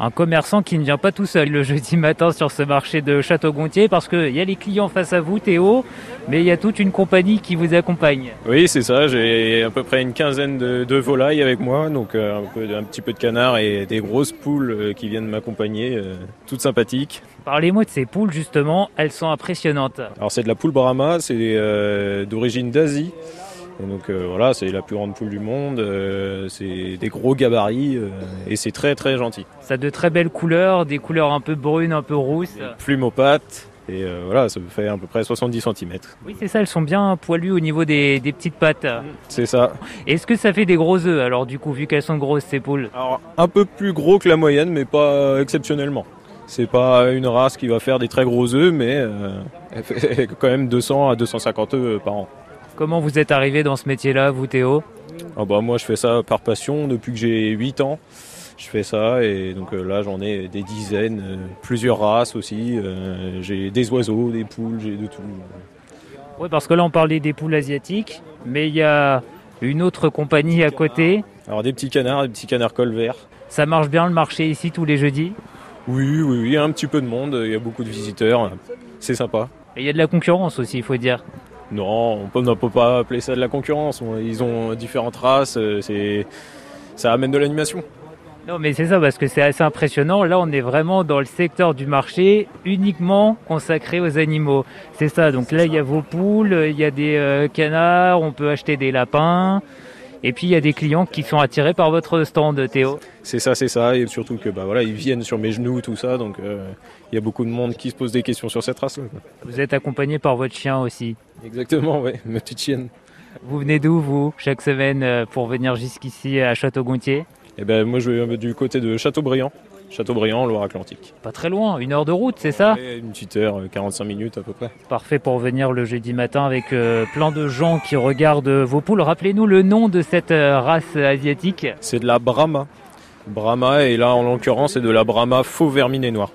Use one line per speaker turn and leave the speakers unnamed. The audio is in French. un commerçant qui ne vient pas tout seul le jeudi matin sur ce marché de Château-Gontier parce qu'il y a les clients face à vous, Théo, mais il y a toute une compagnie qui vous accompagne.
Oui, c'est ça. J'ai à peu près une quinzaine de, de volailles avec moi, donc euh, un, peu, un, petit peu de canard et des grosses poules euh, qui viennent m'accompagner, euh, toutes sympathiques.
Parlez-moi de ces poules justement, elles sont impressionnantes.
Alors c'est de la poule Brahma, c'est d'origine d'Asie. Et donc euh, voilà, c'est la plus grande poule du monde, euh, c'est des gros gabarits euh, et c'est très très gentil.
Ça a de très belles couleurs, des couleurs un peu brunes, un peu rousses.
Plume aux pattes. Et euh, voilà, ça fait à peu près 70 cm.
Oui, c'est ça, elles sont bien poilues au niveau des, des petites pattes.
C'est ça.
Est-ce que ça fait des gros œufs alors, du coup, vu qu'elles sont grosses ces poules
Alors, un peu plus gros que la moyenne, mais pas euh, exceptionnellement. C'est pas une race qui va faire des très gros œufs, mais euh, elle fait quand même 200 à 250 œufs euh, par an.
Comment vous êtes arrivé dans ce métier-là, vous Théo
ah bah Moi je fais ça par passion depuis que j'ai 8 ans. Je fais ça et donc euh, là j'en ai des dizaines, euh, plusieurs races aussi. Euh, j'ai des oiseaux, des poules, j'ai de tout.
Oui parce que là on parlait des poules asiatiques, mais il y a une autre compagnie à côté.
Alors des petits canards, des petits canards colverts.
Ça marche bien le marché ici tous les jeudis
Oui, oui, oui, un petit peu de monde, il y a beaucoup de visiteurs, c'est sympa.
Et il y a de la concurrence aussi, il faut dire.
Non, on ne peut pas appeler ça de la concurrence. Ils ont différentes races, euh, ça amène de l'animation.
Non, mais c'est ça, parce que c'est assez impressionnant. Là, on est vraiment dans le secteur du marché uniquement consacré aux animaux. C'est ça, donc là, il y a vos poules, il y a des euh, canards, on peut acheter des lapins. Et puis il y a des clients qui sont attirés par votre stand, Théo.
C'est ça, c'est ça, et surtout que bah voilà, ils viennent sur mes genoux, tout ça, donc il euh, y a beaucoup de monde qui se pose des questions sur cette race. -là.
Vous êtes accompagné par votre chien aussi.
Exactement, oui, ma petite chienne.
Vous venez d'où vous chaque semaine euh, pour venir jusqu'ici à Château-Gontier
Eh ben moi je vais du côté de Châteaubriand. Châteaubriand, Loire-Atlantique.
Pas très loin, une heure de route, c'est ça
ouais, Une petite heure, 45 minutes à peu près.
Parfait pour venir le jeudi matin avec euh, plein de gens qui regardent vos poules. Rappelez-nous le nom de cette euh, race asiatique.
C'est de la Brahma. Brahma, et là en l'occurrence, c'est de la Brahma faux verminé noir.